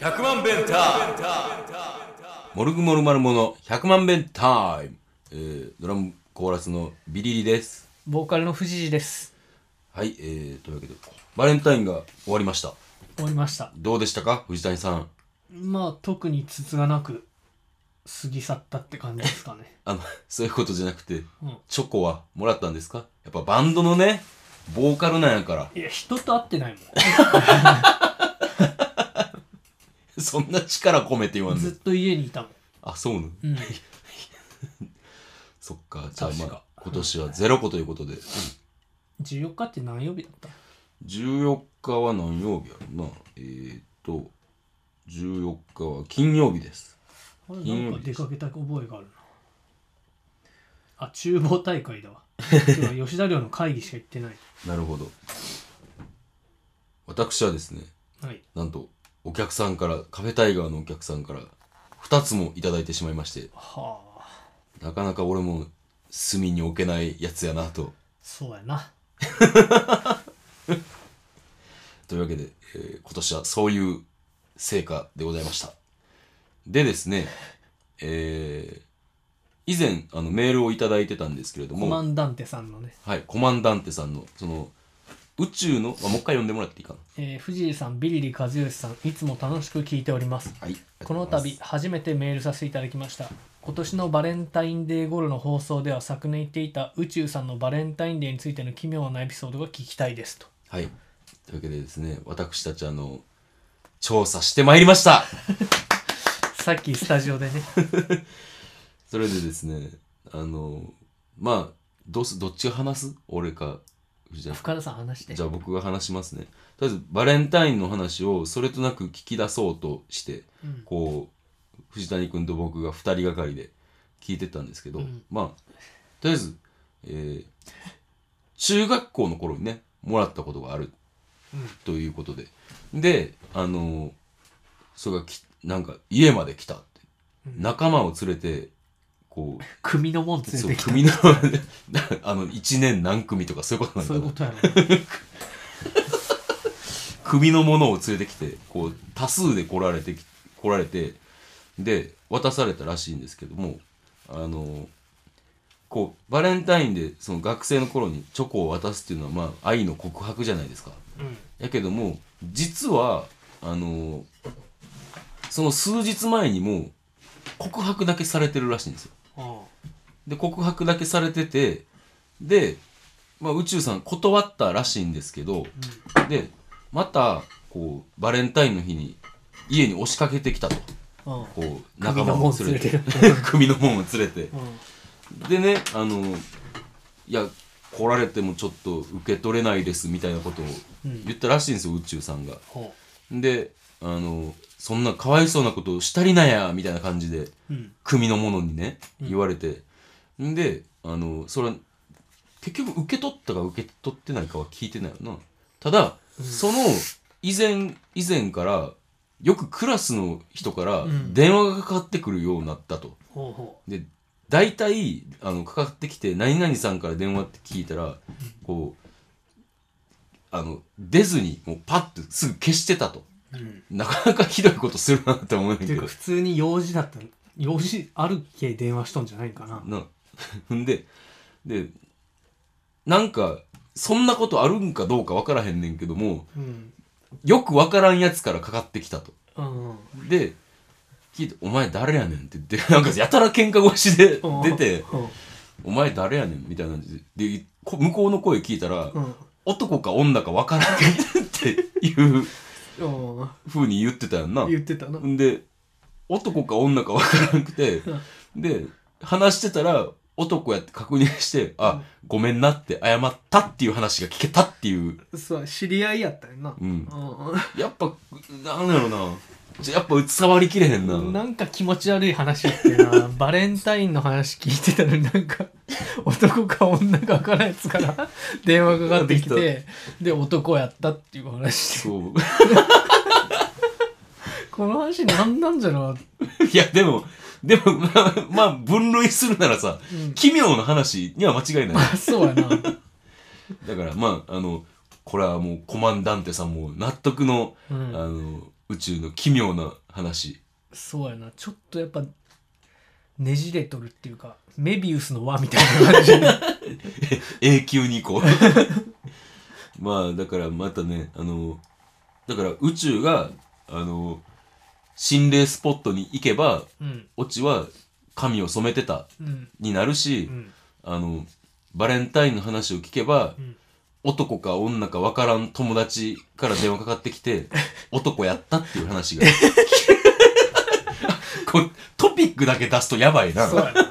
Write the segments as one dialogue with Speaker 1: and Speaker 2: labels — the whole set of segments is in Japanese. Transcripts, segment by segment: Speaker 1: 100万弁タイムモルグモルマルモの100万弁タイム、えー、ドラムコーラスのビリリです
Speaker 2: ボーカルの藤井です。
Speaker 1: はい、えー、というわけでバレンタインが終わりました
Speaker 2: 終わりました。
Speaker 1: どうでしたか藤谷さん
Speaker 2: まあ、特につがなく過ぎ去ったって感じですかね。
Speaker 1: あの そういうことじゃなくて
Speaker 2: うん。
Speaker 1: チョコはもらったんですかやっぱバンドのねボーカルなんやから
Speaker 2: いや、人と会ってない
Speaker 1: そんな力込めて言
Speaker 2: も
Speaker 1: わ
Speaker 2: ん。
Speaker 1: ん
Speaker 2: ず
Speaker 1: で
Speaker 2: っと家にいたもん。
Speaker 1: あそうなの
Speaker 2: うん。
Speaker 1: そっかじゃあ
Speaker 2: 確
Speaker 1: まあ
Speaker 2: か
Speaker 1: 今年はゼロ個ということで
Speaker 2: 14日って何曜日だった
Speaker 1: 14日は何曜日やろなえー、っと14日は金曜日です
Speaker 2: あれ
Speaker 1: 金
Speaker 2: な
Speaker 1: 曜日
Speaker 2: んか
Speaker 1: で
Speaker 2: 出
Speaker 1: す
Speaker 2: かけた覚えがあるな。あ、厨房大 会だわ。今日は吉田寮の会議しか行ってない。
Speaker 1: なるほど私はですね
Speaker 2: はい。
Speaker 1: なんとお客さんからカフェタイガーのお客さんから2つもいただいてしまいまして
Speaker 2: はあ、
Speaker 1: なかなか俺も隅に置けないやつやなと
Speaker 2: そうやな。
Speaker 1: というわけで、えー今年はそういう成果でございましたでですねえー以前あのメールをいただいてたんですけれど
Speaker 2: コ
Speaker 1: も
Speaker 2: マンダンテさんのね、
Speaker 1: はい、コマンダンテさんの、その、宇宙の、あもう一回読んでもらっていいかな。
Speaker 2: えー藤井さん、ビリリ和義さん、いつも楽しく聞いております。
Speaker 1: はい。
Speaker 2: この度初めてメールさせていただきました今年のバレンタインデー頃の放送では昨年言っていた宇宙さんのバレンタインデーについての奇妙なエピソードが聞きたいですと
Speaker 1: はい。というわけでですね、私たち、あの、調査してまいりました
Speaker 2: さっきスタジオでね
Speaker 1: それでですね、あの、まあ、どうす、どっちが話す俺か、藤田
Speaker 2: 深田さん話して
Speaker 1: じゃあ僕が話しますね。とりあえず、バレンタインの話をそれとなく聞き出そうとして、
Speaker 2: うん
Speaker 1: こう、藤谷君と僕が二人がかりで聞いてたんですけど、
Speaker 2: うん
Speaker 1: まあ、とりあえず、えー中学校の頃にね、もらったことがある
Speaker 2: うん
Speaker 1: ということで、で、あのーそれがき、なんか家まで来たって、
Speaker 2: うん
Speaker 1: 仲間を連れて、こう、
Speaker 2: 組のもん連
Speaker 1: そ
Speaker 2: れ
Speaker 1: う
Speaker 2: てきた
Speaker 1: 組の あの1年何組とかそういうことなん
Speaker 2: そ
Speaker 1: か
Speaker 2: ういう
Speaker 1: な
Speaker 2: ことやろ
Speaker 1: 組のものを連れてきてこう多数で来られてき来られてで渡されたらしいんですけどもあのこうバレンタインでその学生の頃にチョコを渡すっていうのはまあ愛の告白じゃないですか。
Speaker 2: うん
Speaker 1: やけども実はあのその数日前にも告白だけされてるらしいんですよ。
Speaker 2: あ
Speaker 1: で告白だけされててで、まあ、宇宙さん断ったらしいんですけど、でまたこうバレンタインの日に家に押しかけてきたと
Speaker 2: あうん
Speaker 1: こう
Speaker 2: 組
Speaker 1: 仲
Speaker 2: の
Speaker 1: 間
Speaker 2: も
Speaker 1: を
Speaker 2: ん
Speaker 1: 連れて
Speaker 2: 連
Speaker 1: 組の門を連れて
Speaker 2: うん
Speaker 1: でねあのいや来られてもちょっと受け取れないですみたいなことを
Speaker 2: うん
Speaker 1: 言ったらしいんですよ宇宙さんが。
Speaker 2: ほ
Speaker 1: であのそんなかわいそうなことをしたりなやみたいな感じで
Speaker 2: ううん
Speaker 1: 組の者にね
Speaker 2: うん
Speaker 1: 言われて、ん、であのそれは結局受け取ったか受け取ってないかは聞いてないよなただ、
Speaker 2: うん
Speaker 1: その以前以前からよくクラスの人から
Speaker 2: うん
Speaker 1: 電話がかかってくるようになったと、
Speaker 2: ほうほ
Speaker 1: で大体あのかかってきて「何々さんから電話」って聞いたらこうあの出ずにもうパッとすぐ消してたと
Speaker 2: ううん
Speaker 1: なかなかひどいことするなって思うんだ
Speaker 2: て
Speaker 1: け
Speaker 2: いう
Speaker 1: ど
Speaker 2: か普通に用事だったら用事あるけ電話しとんじゃないかな
Speaker 1: な んででなんかそんなことあるんかどうか分からへんねんけども
Speaker 2: うん
Speaker 1: よく分からんやつからかかってきたと
Speaker 2: うん
Speaker 1: で聞いて「お前誰やねん」って言って なんかやたら喧嘩越しで
Speaker 2: うん
Speaker 1: 出て
Speaker 2: うん
Speaker 1: 「お前誰やねん」みたいな感じででこ向こうの声聞いたら
Speaker 2: うん
Speaker 1: 男か女か分からんっていう
Speaker 2: うん
Speaker 1: 風に言ってたやんな
Speaker 2: 言ってたなん
Speaker 1: で男か女か分からなくてで話してたら男やって確認して「あごめんな」って謝ったっていう話が聞けたっていう、
Speaker 2: そう知り合いやったよな
Speaker 1: う、ん、
Speaker 2: う
Speaker 1: やっぱなんだろうなじゃやっぱ伝わりきれへんな、
Speaker 2: ん、なんか気持ち悪い話やっ てなバレンタインの話聞いてたのになんか男か女か分からんやつから電話かかってきてで男やったっていう話
Speaker 1: そう
Speaker 2: この話なんなんじゃろ
Speaker 1: いやでもでもまあ、まあ、分類するならさ、
Speaker 2: うん
Speaker 1: 奇妙な話には間違いうない
Speaker 2: まあそうやな
Speaker 1: だからまああのこれはもうコマンダンテさんも納得の,、
Speaker 2: う
Speaker 1: あ
Speaker 2: ん、
Speaker 1: の宇宙の奇妙な話
Speaker 2: そうやなちょっとやっぱねじれとるっていうかメビウスの輪みたいな感 じ
Speaker 1: 永久にこうまあだからまたねあのだから宇宙があの心霊スポットに行けば
Speaker 2: うん
Speaker 1: オチは髪を染めてた
Speaker 2: うん
Speaker 1: になるし、
Speaker 2: うん
Speaker 1: あのバレンタインの話を聞けば、
Speaker 2: うん
Speaker 1: 男か女か分からん友達から電話かかってきて男やったっていう話が これトピックだけ出すとやばいな
Speaker 2: そうやな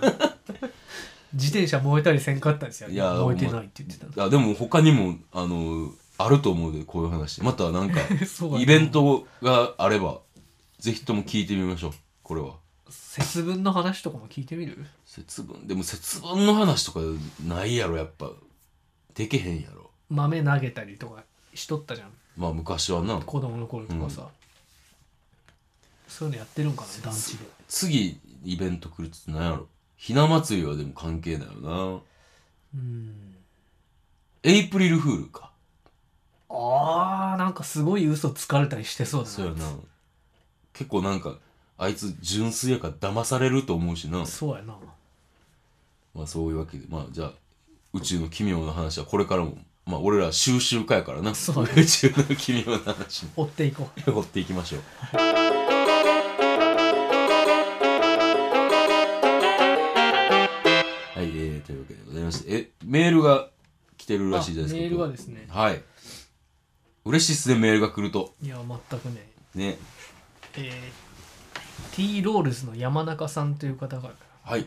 Speaker 2: 自転車燃えたりせんかったんですよ、
Speaker 1: いやー
Speaker 2: 燃えてないって言ってたの
Speaker 1: あでも他にもあのあると思うでこういう話また なんか
Speaker 2: そうやな
Speaker 1: イベントがあればぜひとも聞いてみましょうこれは
Speaker 2: 節分の話とかも聞いてみる
Speaker 1: 節分でも節分の話とかないやろやっぱできへんやろ
Speaker 2: 豆投げたりとかしとったじゃん
Speaker 1: まあ昔はな
Speaker 2: 子供の頃とかさ、そういうのやってるんかな団地で
Speaker 1: 次イベント来るっつって何やろひな祭りはでも関係ないよな
Speaker 2: うん
Speaker 1: エイプリルフールか
Speaker 2: あーなんかすごい嘘つかれたりしてそうだ
Speaker 1: そうやな結構なんかあいつ純粋やから騙されると思うしな
Speaker 2: そうやな
Speaker 1: まあそういうわけでまあじゃあ宇宙の奇妙な話はこれからもまあ俺ら収集家やからな
Speaker 2: そうや
Speaker 1: 宇宙の奇妙な話
Speaker 2: 追っていこう
Speaker 1: 追っていきましょうはい、えー、というわけでございましてえメールが来てるらしいじゃないですか
Speaker 2: あメールはですね
Speaker 1: はい嬉しいっすねメールが来ると
Speaker 2: いや全くね
Speaker 1: ね
Speaker 2: えー、T ロールズの山中さんという方から、
Speaker 1: はい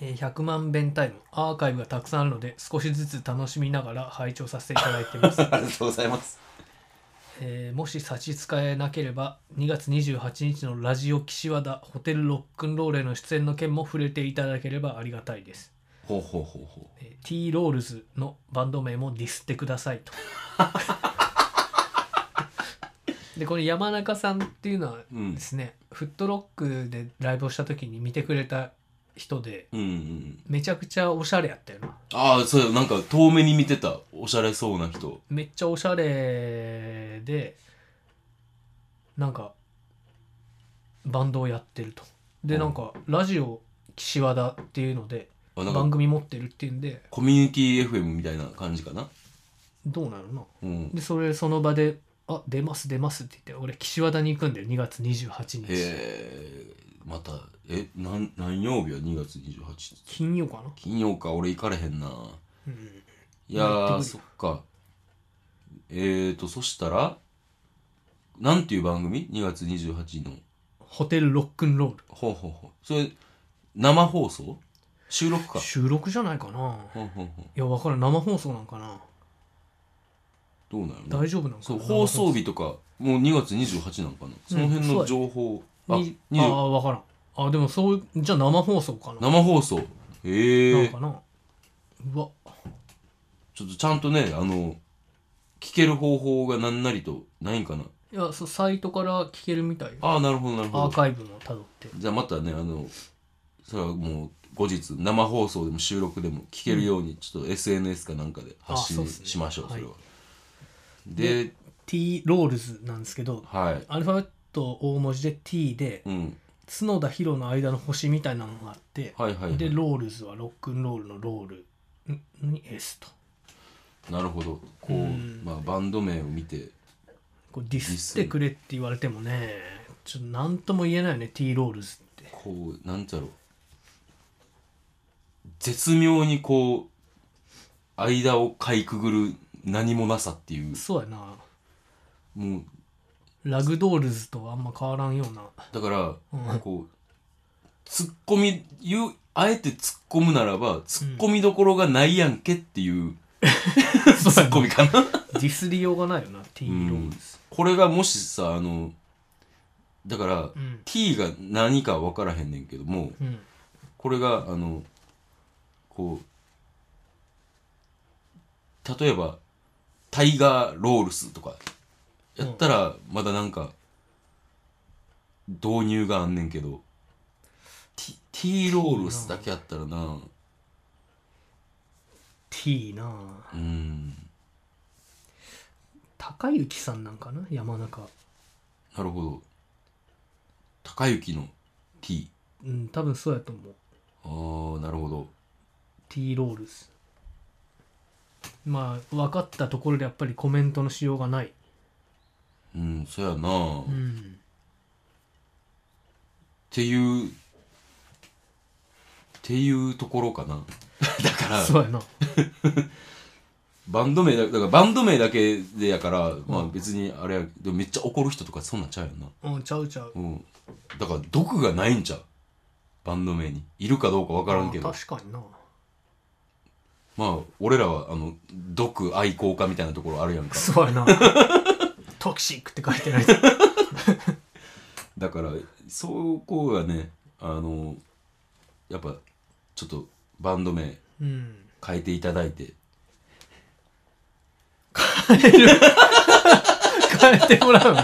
Speaker 2: えー100万弁タイムアーカイブがたくさんあるので少しずつ楽しみながら拝聴させていただいています、
Speaker 1: ありがとうございます
Speaker 2: えーもし差し支えなければ2月28日のラジオ岸和田ホテルロックンロールへの出演の件も触れていただければありがたいです、
Speaker 1: ほうほうほうほ
Speaker 2: えー T ロールズのバンド名もディスってくださいとでこの山中さんっていうのは
Speaker 1: ううん
Speaker 2: ですね、フットロックでライブをした時に見てくれた人で
Speaker 1: うんうんうん
Speaker 2: めちゃくちゃおしゃれやったよな
Speaker 1: ああそうやなんか遠目に見てたおしゃれそうな人
Speaker 2: めっちゃおしゃれでなんかバンドをやってるとで
Speaker 1: うん
Speaker 2: なんかラジオ岸和田っていうので
Speaker 1: あなん
Speaker 2: 番
Speaker 1: か
Speaker 2: 組持ってるっていうんで
Speaker 1: コミュニティ FM みたいな感じかな
Speaker 2: どうなるの
Speaker 1: うん
Speaker 2: でそれその場で「あ出ます出ます」って言って俺岸和田に行くんだよ2月28日
Speaker 1: へえまたえなん何曜日は2月28日
Speaker 2: 金曜かな
Speaker 1: 金曜か俺行かれへんな
Speaker 2: うん
Speaker 1: いや
Speaker 2: 行っ
Speaker 1: ー
Speaker 2: てく
Speaker 1: そ
Speaker 2: る
Speaker 1: っかえーとそしたらなんていう番組 ?2 月28日の
Speaker 2: ホテルロックンロー
Speaker 1: ほうほうほうそれ生放送収録か
Speaker 2: ル収録じゃないかな
Speaker 1: ほうほうほう
Speaker 2: いや分からん生放送なんかな
Speaker 1: どうなるの
Speaker 2: 大丈夫なんかな
Speaker 1: そう
Speaker 2: 生
Speaker 1: 放送日とかもう2月28日なんかなその辺の情報、あ
Speaker 2: にあ
Speaker 1: 20
Speaker 2: あ分からんあでもそういうじゃあ生放送かな
Speaker 1: 生放送ええ
Speaker 2: なん
Speaker 1: ー
Speaker 2: か、なうわ
Speaker 1: ちょっとちゃんとねあの聞ける方法が何なりとないんかない
Speaker 2: やそうサイトから聞けるみたいよ
Speaker 1: ああなるほどなる
Speaker 2: ア
Speaker 1: ほ
Speaker 2: ー
Speaker 1: ど
Speaker 2: カイブもたどって
Speaker 1: じゃあまたねあのそれはもう後日生放送でも収録でも聞けるようにちょっと SNS かなんかで発
Speaker 2: あそ
Speaker 1: 信
Speaker 2: うっすね
Speaker 1: しましょうそれは、
Speaker 2: は
Speaker 1: で
Speaker 2: T ロールズなんですけど
Speaker 1: はい
Speaker 2: アルファベット大文字で T で
Speaker 1: うん
Speaker 2: 角田博の間の星みたいなのがあって、
Speaker 1: はいはい、
Speaker 2: で
Speaker 1: は
Speaker 2: ロールズはロックンロールのロールんに S と
Speaker 1: い、なるほどこう、
Speaker 2: うん
Speaker 1: まあ、バンド名を見て
Speaker 2: こうディスってくれって言われてもねちょっと何とも言えないよね T ロールズって
Speaker 1: こうなんちゃろう絶妙にこう間をかいくぐる何もなさっていう
Speaker 2: そうやな
Speaker 1: もう
Speaker 2: ラグドールズとはあんま変わらんような
Speaker 1: だから、
Speaker 2: うん
Speaker 1: こうツッコミ言うあえて突っ込むならば突っ込みどころがないやんけっていう、 ツ
Speaker 2: そ
Speaker 1: ッ
Speaker 2: うや
Speaker 1: コ
Speaker 2: な
Speaker 1: ミかな
Speaker 2: ディスりようがないよな T ロールズ
Speaker 1: これがもしさあのだから、
Speaker 2: うん
Speaker 1: T が何か分からへんねんけども
Speaker 2: うん
Speaker 1: これがあのこう例えばタイガーロールスとかやったらまだなんか導入があんねんけど、T, T ロールスだけやったらな
Speaker 2: T なあ
Speaker 1: うん
Speaker 2: 高之さんなんかな山中
Speaker 1: なるほど高雪の T
Speaker 2: うん多分そうやと思う
Speaker 1: ああなるほど
Speaker 2: T ロールズまあ分かったところでやっぱりコメントのしようがない
Speaker 1: うんそやな、
Speaker 2: う
Speaker 1: っ
Speaker 2: ん
Speaker 1: ていうっていうところかな だから
Speaker 2: そうやな
Speaker 1: バンド名だだからバンド名だけでやから、まあ別にあれやでもめっちゃ怒る人とかそんなんちゃうよな
Speaker 2: うんちゃうちゃう
Speaker 1: うんだから毒がないんちゃうバンド名にいるかどうか分からんけど
Speaker 2: あ確かにな
Speaker 1: まあ俺らはあの毒愛好家みたいなところあるやんか
Speaker 2: そ うやなトキシックって書いてない
Speaker 1: だからそうこうはねあのやっぱちょっとバンド名
Speaker 2: うん
Speaker 1: 変えていただいて
Speaker 2: 変えてもらう の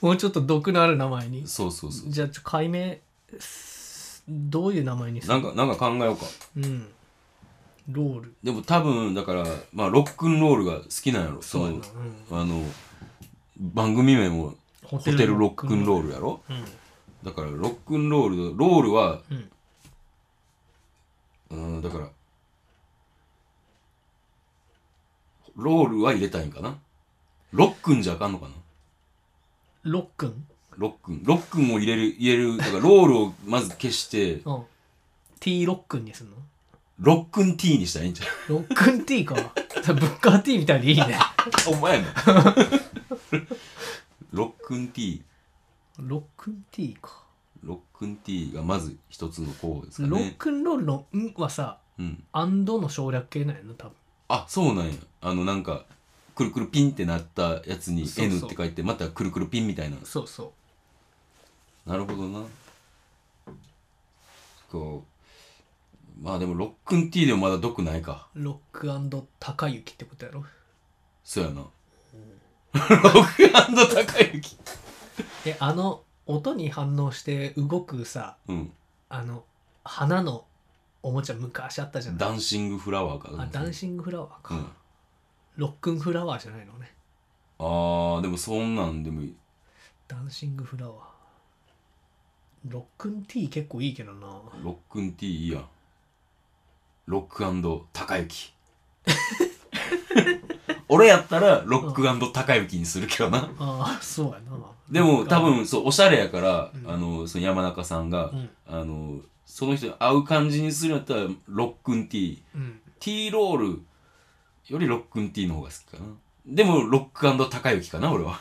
Speaker 2: もうちょっと毒のある名前に
Speaker 1: そうそうそう
Speaker 2: じゃあちょ解明すどういう名前にす
Speaker 1: な
Speaker 2: る
Speaker 1: んかなんか考えようか
Speaker 2: うんロール
Speaker 1: でも多分だからまあロックンロールが好きなんやろそ
Speaker 2: そうやな、う
Speaker 1: の
Speaker 2: ん、
Speaker 1: あの番組名も
Speaker 2: ホ
Speaker 1: ホテルロックンロールやろ
Speaker 2: うん
Speaker 1: だからロックンロールロールは
Speaker 2: うん
Speaker 1: うんだからロールは入れたいんかなロックンじゃあかんのかな
Speaker 2: ロックン
Speaker 1: ロックンロックンを入れる入れるだからロールをまず消して
Speaker 2: うん T ロックンにするの
Speaker 1: ロックン T にしたらいいんじゃん
Speaker 2: ロックン T かブッカー T みたいでいいね
Speaker 1: お前やな ロックン T
Speaker 2: ロックン T か
Speaker 1: ロックン T がまず一つの候補ですか
Speaker 2: ロッ
Speaker 1: ね
Speaker 2: クンロールの「ん」はさ
Speaker 1: うん
Speaker 2: アンドの省略系なんやな多分
Speaker 1: あそうなんやあのなんかくるくるピンってなったやつに
Speaker 2: そうそう
Speaker 1: N って書いてまたくるくるピンみたいな
Speaker 2: そうそ
Speaker 1: なるほどなこうまあでもロックン T でもまだ毒ないか
Speaker 2: うロック高雪ってことやろ
Speaker 1: そうやな、ロック高雪
Speaker 2: であの音に反応して動くさ
Speaker 1: うん
Speaker 2: あの花のおもちゃ昔あったじゃない
Speaker 1: ダンシングフラワーかな
Speaker 2: あダンシングフラワーか、
Speaker 1: うん
Speaker 2: ロックンフラワーじゃないのね
Speaker 1: あーでもそんなんでもいい
Speaker 2: ダンシングフラワーロックン T 結構いいけどな
Speaker 1: ロックン T いいやんロック高 雪俺やったらロック高雪にするけどな
Speaker 2: ああそうやな
Speaker 1: でも多
Speaker 2: ロッ
Speaker 1: 分そうおしゃれやから、
Speaker 2: うん
Speaker 1: あのその山中さんが、
Speaker 2: クン
Speaker 1: あのその人に合う感じにするんやったらロックン T
Speaker 2: うん、うん、
Speaker 1: T ロールよりロックン T の方が好きかなでもロック高雪かな俺は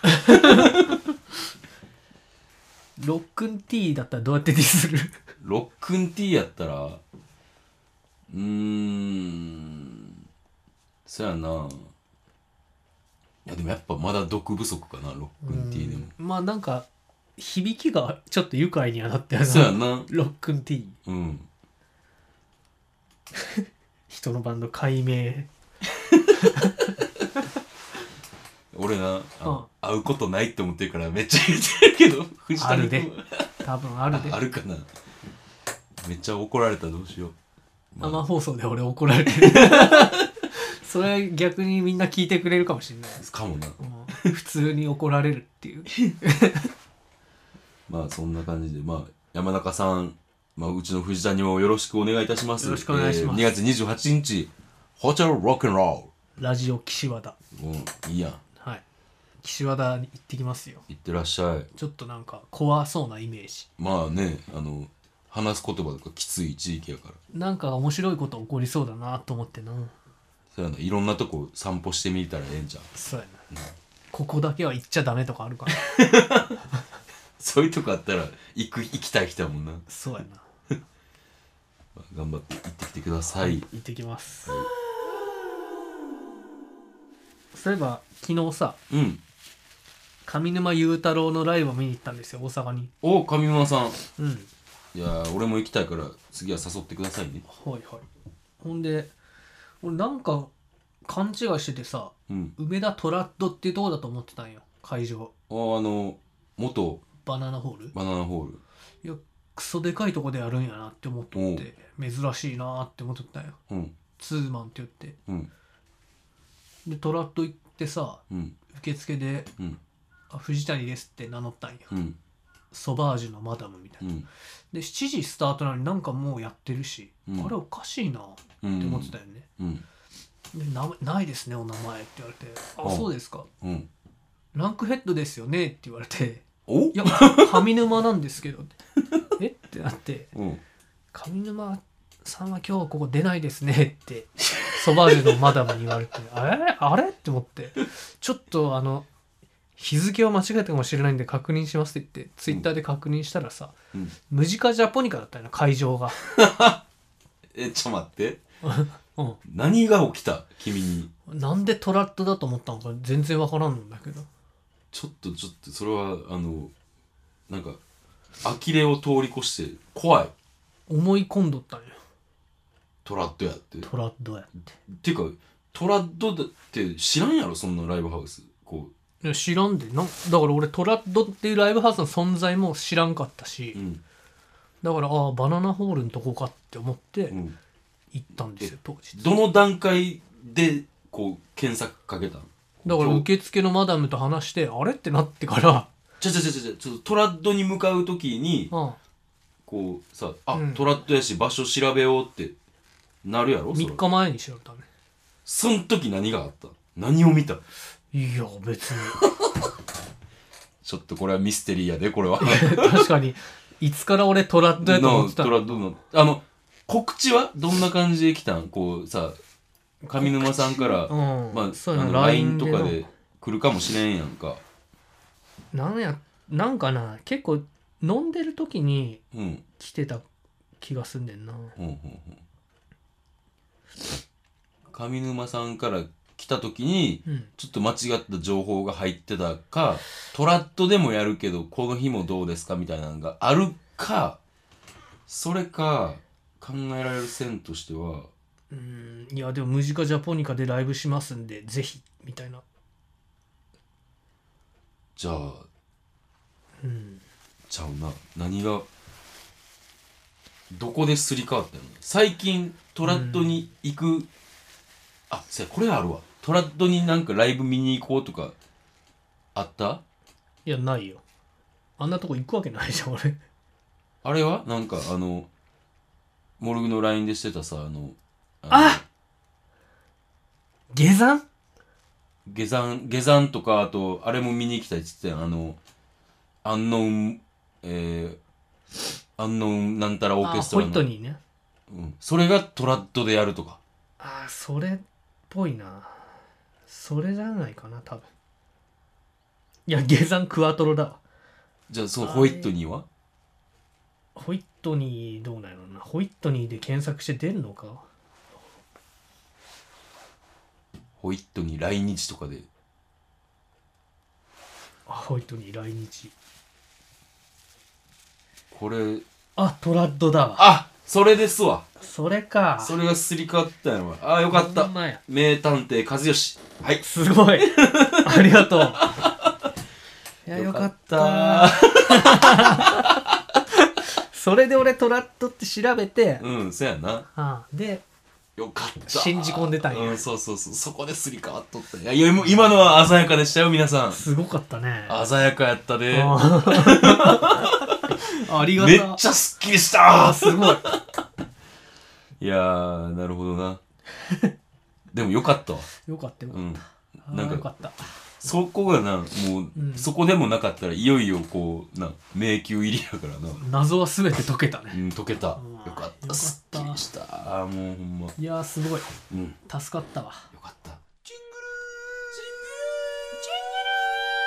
Speaker 2: ロックン T だったらどうやってディスる
Speaker 1: ロックン T やったらうーんそやないやでもやっぱまだ毒不足かなロックン T でも
Speaker 2: うんまあなんか響きがちょっと愉快にはなってる
Speaker 1: そや
Speaker 2: な
Speaker 1: な
Speaker 2: ロックン T
Speaker 1: うん
Speaker 2: 人のバンド解明
Speaker 1: 俺なあ
Speaker 2: うん
Speaker 1: の会うことないって思ってるからめっちゃ言ってるけど藤
Speaker 2: ある
Speaker 1: 君
Speaker 2: で多分あるで
Speaker 1: ああるかなめっちゃ怒られたらどうしよう
Speaker 2: 生放送で俺怒られて るそれ逆にみんな聞いてくれるかもしれない
Speaker 1: かもな
Speaker 2: もう普通に怒られるっていう
Speaker 1: まあそんな感じでまあ山中さん、まあ、うちの藤田にもよろしくお願いいたします
Speaker 2: よろしくお願いします
Speaker 1: えー2月28日ホテルロックンロ
Speaker 2: ラジオ岸和田
Speaker 1: ールうんいいやん
Speaker 2: はい岸和田に行ってきますよ
Speaker 1: いってらっしゃい
Speaker 2: ちょっとなんか怖そうなイメージ
Speaker 1: まあねあの話す言葉とかきつい地域やから
Speaker 2: なんか面白いこと起こりそうだなと思ってな
Speaker 1: そうやないろんなとこ散歩してみたらええんじゃん
Speaker 2: そうやな、ここだけは行っちゃダメとかあるか な
Speaker 1: そういうとこあったら行く行きたい人やもんな、ま
Speaker 2: そうやな
Speaker 1: あ頑張って行ってきてください
Speaker 2: 行ってきます、そういえば昨日さ
Speaker 1: うん
Speaker 2: 上沼雄太郎のライブを見に行ったんですよ大阪に
Speaker 1: お上沼さん
Speaker 2: うん
Speaker 1: いやー俺も行きたいから次は誘ってくださいね
Speaker 2: はいはいほんで俺なんか勘違いしててさ
Speaker 1: うん
Speaker 2: 梅田トラッドっていうとこだと思ってたんよ会場
Speaker 1: あーあの元
Speaker 2: バナナホール
Speaker 1: バナナホール
Speaker 2: いやクソでかいとこでやるんやなって思っとって珍しいなって思っとったんよ
Speaker 1: うん
Speaker 2: ツーマンって言って
Speaker 1: うん
Speaker 2: でトラッと行ってさ
Speaker 1: うん
Speaker 2: 受付で
Speaker 1: うん
Speaker 2: 「あ藤谷です」って名乗ったんや、
Speaker 1: うん
Speaker 2: ソバージュのマダムみたいうな、
Speaker 1: ん
Speaker 2: で7時スタートなのになんかもうやってるし、
Speaker 1: うん
Speaker 2: あれおかしいなって
Speaker 1: うん
Speaker 2: 思ってたよね、
Speaker 1: うん
Speaker 2: でなないですねお名前って言われて「あ
Speaker 1: うん
Speaker 2: そうですか
Speaker 1: うん
Speaker 2: ランクヘッドですよね」って言われて
Speaker 1: お
Speaker 2: 「いや上沼なんですけど」えってなって
Speaker 1: うん
Speaker 2: 「上沼さんは今日はここ出ないですね」ってソバージュのマダムに言われて「あれあれ?」って思ってちょっとあの日付を間違えたかもしれないんで確認しますって言ってツイッターで確認したらさ、
Speaker 1: うん
Speaker 2: ムジカジャポニカだったよな会場が、
Speaker 1: えちょ待って
Speaker 2: うん、
Speaker 1: 何が起きた君に
Speaker 2: なんでトラットだと思ったのか全然わからんんだけど
Speaker 1: ちょっとちょっとそれはあのなんか呆れを通り越して怖い
Speaker 2: 思い込んどったんよ
Speaker 1: トラッドやって
Speaker 2: トラッドやって
Speaker 1: ていうかトラッドだって知らんやろそんなライブハウスこ
Speaker 2: いや知らんでなんだから俺トラッドっていうライブハウスの存在も知らんかったし、
Speaker 1: ううん
Speaker 2: だからああバナナホールのとこかって思って
Speaker 1: うん
Speaker 2: 行ったんですよ当時
Speaker 1: どの段階でこう検索かけたの
Speaker 2: だから
Speaker 1: 今日
Speaker 2: 受付のマダムと話してあれってなってから
Speaker 1: ちゃちゃちゃちゃちゃちょっとトラッドに向かう時に
Speaker 2: あ
Speaker 1: こうさあ、
Speaker 2: うん
Speaker 1: トラッドやし場所調べようってなるやろそれ
Speaker 2: 3日前に調べたね
Speaker 1: そん時何があった何を見た
Speaker 2: いや別に
Speaker 1: ちょっとこれはミステリーやでこれは
Speaker 2: 確かにいつから俺トラッドやと思
Speaker 1: の
Speaker 2: ってた
Speaker 1: トラッドのあの告知はどんな感じで来たんこうさ上沼さんから、
Speaker 2: うん、
Speaker 1: まあ、
Speaker 2: そう
Speaker 1: あ
Speaker 2: や
Speaker 1: の
Speaker 2: な
Speaker 1: LINE
Speaker 2: LINE
Speaker 1: と
Speaker 2: と
Speaker 1: か
Speaker 2: か
Speaker 1: で
Speaker 2: で
Speaker 1: 来るかもしれんやんか
Speaker 2: なんやなんかな結構飲んでる時に
Speaker 1: うんうん
Speaker 2: 来てた気がすんねんな
Speaker 1: うんうん上沼さんから来た時に
Speaker 2: うん
Speaker 1: ちょっと間違った情報が入ってたかトラッドでもやるけどこの日もどうですかみたいなのがあるかそれか考えられる線としては
Speaker 2: うーんいやでも「ムジカジャポニカ」でライブしますんでぜひみたいな
Speaker 1: じゃあ
Speaker 2: うん
Speaker 1: ちゃうな何がどこですり替わったの最近トラッドに行く、あせやこれあるわトラッドになんかライブ見に行こうとかあった
Speaker 2: いやないよあんなとこ行くわけないじゃん俺
Speaker 1: あれはなんかあのモルグの LINE でしてたさあのあの
Speaker 2: あ下山
Speaker 1: 下山下山とかあとあれも見に行きたいっつってたやんあのアンノウンえー、アンノウンなんたらオー
Speaker 2: あ
Speaker 1: ケスト
Speaker 2: ホイ
Speaker 1: ラ
Speaker 2: ッ
Speaker 1: の
Speaker 2: トニーね
Speaker 1: うん、それがトラッドでやるとか
Speaker 2: ああそれっぽいなそれじゃないかな多分いや下山クワトロだわ
Speaker 1: じゃあその
Speaker 2: あれ
Speaker 1: ホイットニーは
Speaker 2: ホイットニーどうなんやろうなホイットニーで検索して出るのか
Speaker 1: ホイットに来日とかで
Speaker 2: あホイットニー来日
Speaker 1: これ
Speaker 2: あトラッドだわ
Speaker 1: あそれですわ
Speaker 2: それか
Speaker 1: それがすり替わったんやわあよかった
Speaker 2: ほんまや
Speaker 1: 名探偵和義はい
Speaker 2: すごい ありが とういやよ
Speaker 1: よ
Speaker 2: か
Speaker 1: か
Speaker 2: っ
Speaker 1: ったた
Speaker 2: それで俺トラッドって調べて、
Speaker 1: うんそやな
Speaker 2: ああで
Speaker 1: よかった
Speaker 2: 信じ込んでたんや
Speaker 1: うんそうそうそうそこですり替わっとったんやいや今今のは鮮やかでしたよ皆さん
Speaker 2: すごかったね
Speaker 1: 鮮やかやったで
Speaker 2: あありがとう
Speaker 1: めっちゃすっきりし
Speaker 2: あ
Speaker 1: た
Speaker 2: すごい
Speaker 1: いやーなるほど なでもよかったわ
Speaker 2: よかったよか
Speaker 1: う
Speaker 2: っ
Speaker 1: ん
Speaker 2: た、
Speaker 1: なん
Speaker 2: ああ
Speaker 1: か
Speaker 2: よかった
Speaker 1: そこがなもう、
Speaker 2: うん
Speaker 1: そこでもなかったらいよいよこうな迷宮入りやからな
Speaker 2: 謎は全て解けた
Speaker 1: う
Speaker 2: ね
Speaker 1: ん、溶けた。よ
Speaker 2: う
Speaker 1: か
Speaker 2: ん
Speaker 1: っ
Speaker 2: よかった
Speaker 1: た。すっきりした。ああ、もうほんま。
Speaker 2: いやーすごい
Speaker 1: うん、よ
Speaker 2: 助かったわ
Speaker 1: かった。ジングルージングルージング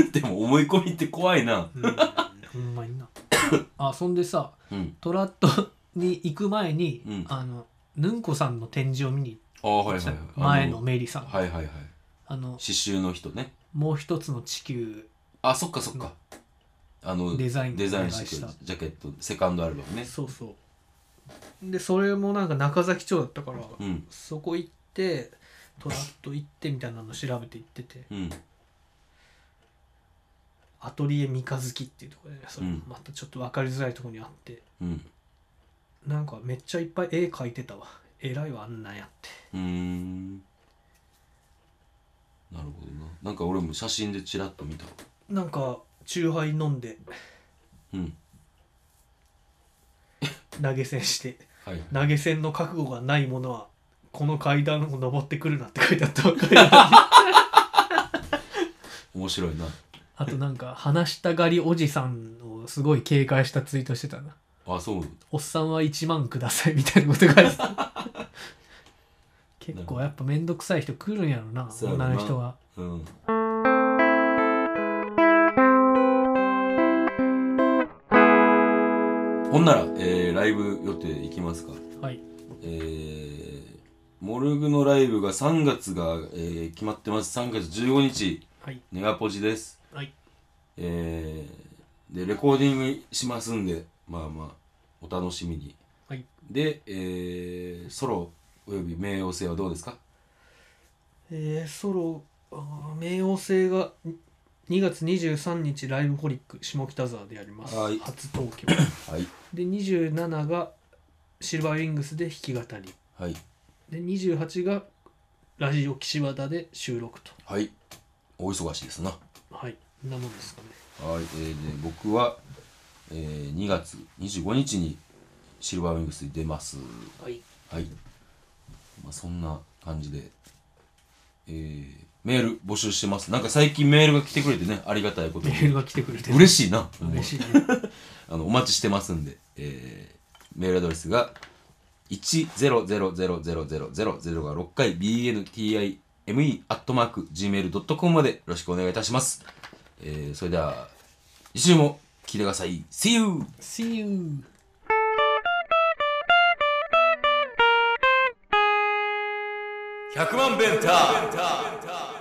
Speaker 1: ルーでも思い込みって怖いな。
Speaker 2: うんほんま になあそんでさ
Speaker 1: うん。
Speaker 2: トラッドに行く前に、
Speaker 1: うん
Speaker 2: あのぬんこさんの展示を見に
Speaker 1: ああ、はいは
Speaker 2: 行っ
Speaker 1: い
Speaker 2: た、
Speaker 1: はい。
Speaker 2: 前
Speaker 1: あ
Speaker 2: のメリーさん、
Speaker 1: はいはいはい。
Speaker 2: あの
Speaker 1: 刺繍の人ね。
Speaker 2: もう一つの地球
Speaker 1: あ、そっかそっか。あの、
Speaker 2: デザイン
Speaker 1: デザイン
Speaker 2: お願い
Speaker 1: して
Speaker 2: し
Speaker 1: くれ
Speaker 2: た
Speaker 1: たジャケット、セカンドアルバムね。
Speaker 2: そうそうでそれもなんか中崎町だったから、
Speaker 1: うん。
Speaker 2: そこ行ってトラッと行ってみたいなの調べて行ってて
Speaker 1: うん。
Speaker 2: アトリエ三日月っていうところで、ねそれ
Speaker 1: うん
Speaker 2: またちょっと分かりづらいところにあって
Speaker 1: うん。
Speaker 2: なんかめっちゃいっぱい絵描いてたわ偉いわあんなんやって
Speaker 1: うーん。なんか俺も写真でチラッと見たわ
Speaker 2: なんかチューハイ飲んで
Speaker 1: うん
Speaker 2: 投げ銭して
Speaker 1: はい
Speaker 2: 投げ銭の覚悟がない者はこの階段を登ってくるなって書いてあったばっかりだ
Speaker 1: 面白いな
Speaker 2: あとなんか話したがりおじさんをすごい警戒したツイートしてたな
Speaker 1: あそう
Speaker 2: おっさんは1万くださいみたいなこと書いてた 結構やっぱ面倒くさい人来るんやろな
Speaker 1: そうやろな
Speaker 2: 女の人が
Speaker 1: うんほんなら、えーライブ予定いきますか
Speaker 2: はい
Speaker 1: えーモルグのライブが3月が、えー決まってます3月15日
Speaker 2: はい
Speaker 1: ネガポジです
Speaker 2: はい
Speaker 1: えーでレコーディングしますんでまあまあお楽しみに
Speaker 2: はい
Speaker 1: で、えーソロおよび冥王星はどうですか
Speaker 2: えー、ソロあー冥王星がに2月23日ライブホリック下北沢でやります
Speaker 1: はい
Speaker 2: 初東 京
Speaker 1: はい
Speaker 2: で27がシルバーウィングスで弾き語り
Speaker 1: はい
Speaker 2: で28がラジオ岸和田で収録と
Speaker 1: はいお忙しいですな
Speaker 2: はいそんなもんですかね
Speaker 1: はい、えー、で僕は、えー、2月25日にシルバーウィングスに出ます
Speaker 2: はい
Speaker 1: はい、まあ、そんな感じで、えー、メール募集してますなんか最近メールが来てくれてねありがたいこと
Speaker 2: メ
Speaker 1: に
Speaker 2: ールが来てくれてし
Speaker 1: 嬉しいな
Speaker 2: 嬉しいね
Speaker 1: あのお待ちしてますんで、えー、メールアドレスが100000000が6回 bntime.gmail.com までよろしくお願いいたします。えー、それでは、一週も聞いてください。See you!
Speaker 2: See you
Speaker 1: !100 万ベンター